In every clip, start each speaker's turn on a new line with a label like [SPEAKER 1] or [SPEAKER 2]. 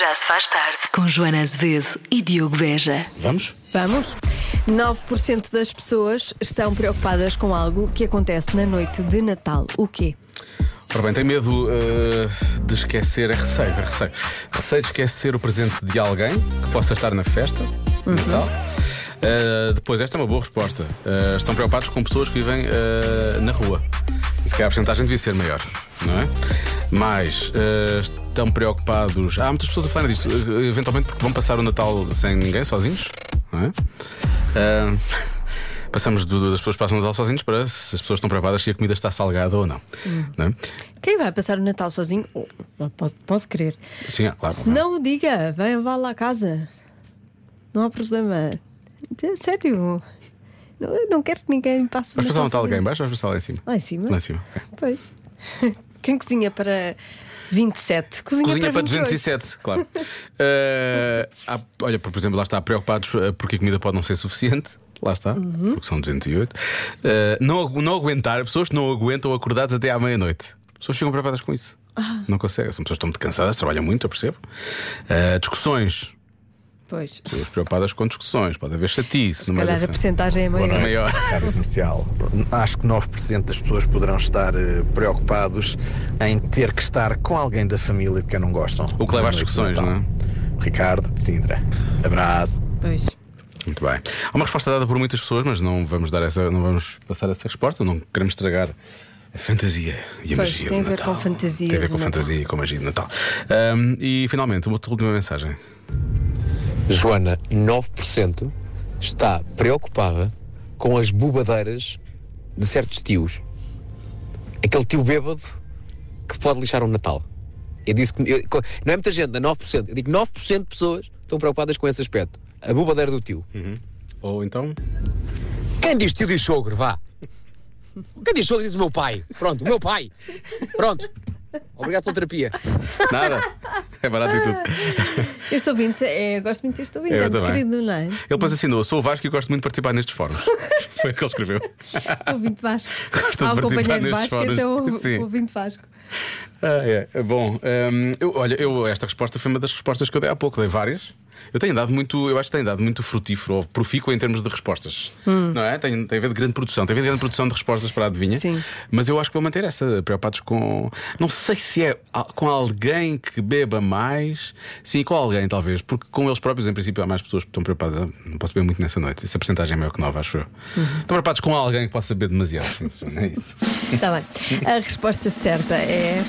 [SPEAKER 1] Já se faz tarde com Joana Azevedo e Diogo Beja.
[SPEAKER 2] Vamos?
[SPEAKER 3] Vamos? 9% das pessoas estão preocupadas com algo que acontece na noite de Natal. O quê?
[SPEAKER 2] Ora bem, tem medo uh, de esquecer, é receio, é receio. Receio de esquecer o presente de alguém que possa estar na festa, de Natal. Uh, depois, esta é uma boa resposta. Uh, estão preocupados com pessoas que vivem uh, na rua. Se calhar a porcentagem devia ser maior, não é? Mas uh, estão preocupados. Há muitas pessoas a falar disso, uh, eventualmente porque vão passar o Natal sem ninguém, sozinhos, não é? Uh, Passamos do- das pessoas que passam o Natal sozinhos para se as pessoas estão preocupadas se a comida está salgada ou não. não é?
[SPEAKER 3] Quem vai passar o Natal sozinho? Oh, pode, pode querer.
[SPEAKER 2] Sim, é, claro.
[SPEAKER 3] Se não, diga, vem, vá lá a casa. Não há problema. É Sério. Não, eu não quero que ninguém passe o
[SPEAKER 2] Vais passar o Natal
[SPEAKER 3] Natal sozinho.
[SPEAKER 2] alguém baixo ou vais passar lá em cima?
[SPEAKER 3] Lá em cima?
[SPEAKER 2] Lá em cima. ok.
[SPEAKER 3] Pois. Quem cozinha para 27? Cozinha,
[SPEAKER 2] Cozinha para
[SPEAKER 3] 28.
[SPEAKER 2] 207, claro. Eh, há- olha, por exemplo, lá está preocupados eh, porque a comida pode não ser suficiente. Lá está,
[SPEAKER 3] Uhum.
[SPEAKER 2] porque são 208. Eh, não, agu- não aguentar, pessoas que não aguentam acordados até à meia-noite. Pessoas ficam preocupadas com isso.
[SPEAKER 3] Ah.
[SPEAKER 2] Não conseguem. São pessoas que estão muito cansadas, trabalham muito, eu percebo. Eh, discussões.
[SPEAKER 3] Pois.
[SPEAKER 2] Pessoas preocupadas com discussões. Pode haver chatice.
[SPEAKER 3] Se calhar a porcentagem é maior.
[SPEAKER 2] maior.
[SPEAKER 4] Rádio Comercial. Acho que 9% das pessoas poderão estar eh, preocupados em ter que estar com alguém da família de quem não gostam.
[SPEAKER 2] O que leva
[SPEAKER 4] Na
[SPEAKER 2] às
[SPEAKER 4] noite de
[SPEAKER 2] discussões,
[SPEAKER 4] Natal.
[SPEAKER 2] não é?
[SPEAKER 4] Ricardo de Sintra. Abraço.
[SPEAKER 3] Pois.
[SPEAKER 2] Muito bem. Há uma resposta dada por muitas pessoas, mas não vamos dar essa, não vamos passar essa resposta, não queremos estragar a fantasia e a
[SPEAKER 3] Pois,
[SPEAKER 2] magia.
[SPEAKER 3] tem a
[SPEAKER 2] do
[SPEAKER 3] ver
[SPEAKER 2] Natal.
[SPEAKER 3] com fantasia
[SPEAKER 2] Tem a ver
[SPEAKER 3] do
[SPEAKER 2] com
[SPEAKER 3] Natal.
[SPEAKER 2] fantasia e com magia de Natal. Ahm, e finalmente, uma última mensagem.
[SPEAKER 5] Joana, 9% está preocupada com as bobadeiras de certos tios. Aquele tio bêbado que pode lixar um Natal. Eu disse que. eu- co- não é muita gente, é 9%. Eu digo 9% de pessoas estão preocupadas com esse aspecto. A bobadeira do tio.
[SPEAKER 2] Ou então,
[SPEAKER 5] Quem diz tio diz sogro, vá. Quem diz sogro diz o meu pai. Pronto, o meu pai. Pronto. Obrigado pela terapia.
[SPEAKER 2] nada. É barato e tudo.
[SPEAKER 3] Este ouvinte, é, gosto muito deste ouvinte,
[SPEAKER 2] Eu
[SPEAKER 3] é muito
[SPEAKER 2] também.
[SPEAKER 3] querido, não é?
[SPEAKER 2] Ele depois assinou: Sou o Vasco e gosto muito de participar nestes fóruns. Foi o que ele escreveu.
[SPEAKER 3] Ouvinte Vasco.
[SPEAKER 2] Gosto de
[SPEAKER 3] Há um
[SPEAKER 2] participar
[SPEAKER 3] companheiro
[SPEAKER 2] nestes
[SPEAKER 3] Vasco, este é
[SPEAKER 2] fóruns.
[SPEAKER 3] o
[SPEAKER 2] Sim.
[SPEAKER 3] o ouvinte Vasco.
[SPEAKER 2] Ah, é. Bom, hum, eu- olha, eu, esta resposta foi uma das respostas que eu dei há pouco, dei várias. Eu tenho dado muito, eu acho que tenho dado muito frutífero, ou profícuo em termos de respostas. Não é? Tem, tem a ver de grande produção, tem a ver de grande produção de respostas para a adivinha.
[SPEAKER 3] Sim.
[SPEAKER 2] Mas eu acho que vou manter essa, preocupados com. Não sei se é a- com alguém que beba mais. Sim, com alguém talvez, porque com eles próprios, em princípio, há mais pessoas que estão preocupadas. "Ah, Não posso beber muito nessa noite. Essa porcentagem é maior que nova, acho eu. Estão preocupados com alguém que possa beber demasiado. Sim, é isso.
[SPEAKER 3] Está Tá bem. A resposta certa é.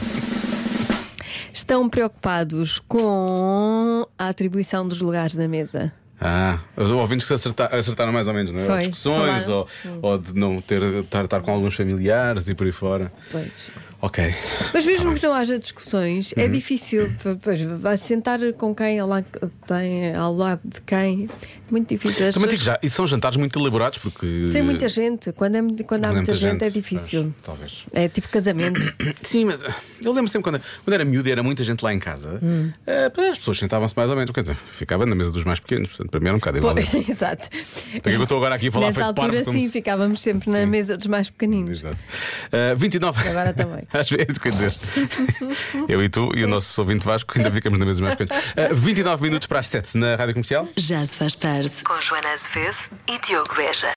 [SPEAKER 3] Estão preocupados com a atribuição dos lugares da mesa.
[SPEAKER 2] Ah, os ouvintes que se acerta- acertaram mais ou menos, não é?
[SPEAKER 3] Foi,
[SPEAKER 2] Ou discussões,
[SPEAKER 3] falaram.
[SPEAKER 2] ou, ou de não ter, estar, estar com alguns familiares e por aí fora.
[SPEAKER 3] Pois.
[SPEAKER 2] Ok. Então,
[SPEAKER 3] Mas mesmo que não haja discussões,
[SPEAKER 2] Uhum.
[SPEAKER 3] é difícil. p- Pois, vai sentar com quem, ao lado, tem, ao lado de quem. Muito difícil. As
[SPEAKER 2] Também digo
[SPEAKER 3] pessoas-
[SPEAKER 2] já, e são jantares muito elaborados porque.
[SPEAKER 3] Tem muita gente. Quando, é mu- quando há muita, gente, é
[SPEAKER 2] pois,
[SPEAKER 3] difícil.
[SPEAKER 2] talvez.
[SPEAKER 3] É tipo casamento.
[SPEAKER 2] Sim, mas ah, eu lembro sempre quando, quando era miúdo e era muita gente lá em casa,
[SPEAKER 3] Hum.
[SPEAKER 2] ah, as pessoas sentavam-se mais ou menos, quer dizer, ficava na mesa dos mais pequenos, portanto, para mim era um bocado igual.
[SPEAKER 3] Pois, exato.
[SPEAKER 2] que é que eu estou agora aqui a falar
[SPEAKER 3] Nessa
[SPEAKER 2] feito parvo,
[SPEAKER 3] altura,
[SPEAKER 2] como
[SPEAKER 3] sim,
[SPEAKER 2] se-
[SPEAKER 3] ficávamos sempre na mesa dos mais pequeninos.
[SPEAKER 2] Exato. Ah, 29.
[SPEAKER 3] Agora também.
[SPEAKER 2] Às vezes, quer dizer. Eu e tu e o nosso ouvinte Vasco ainda ficamos na mesma coisa. Ah, 29 minutos para as 7 na rádio comercial.
[SPEAKER 1] Já se faz tarde com Joana Azevedo e Diogo Beja.